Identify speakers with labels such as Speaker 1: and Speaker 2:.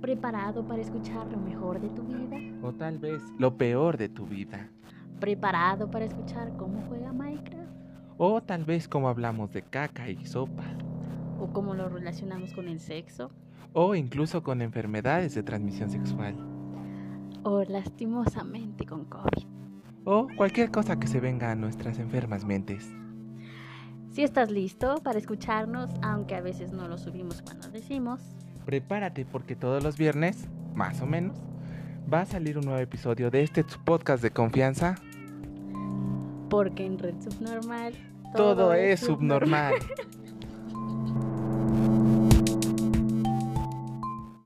Speaker 1: preparado para escuchar lo mejor de tu vida?
Speaker 2: O tal vez lo peor de tu vida.
Speaker 1: ¿Preparado para escuchar cómo juega Minecraft?
Speaker 2: O tal vez como hablamos de caca y sopa.
Speaker 1: ¿O cómo lo relacionamos con el sexo?
Speaker 2: O incluso con enfermedades de transmisión sexual.
Speaker 1: ¿O lastimosamente con COVID?
Speaker 2: O cualquier cosa que se venga a nuestras enfermas mentes.
Speaker 1: Si estás listo para escucharnos, aunque a veces no lo subimos cuando decimos,
Speaker 2: Prepárate porque todos los viernes, más o menos, va a salir un nuevo episodio de este tu podcast de confianza.
Speaker 1: porque en Red Subnormal
Speaker 2: Todo, es subnormal.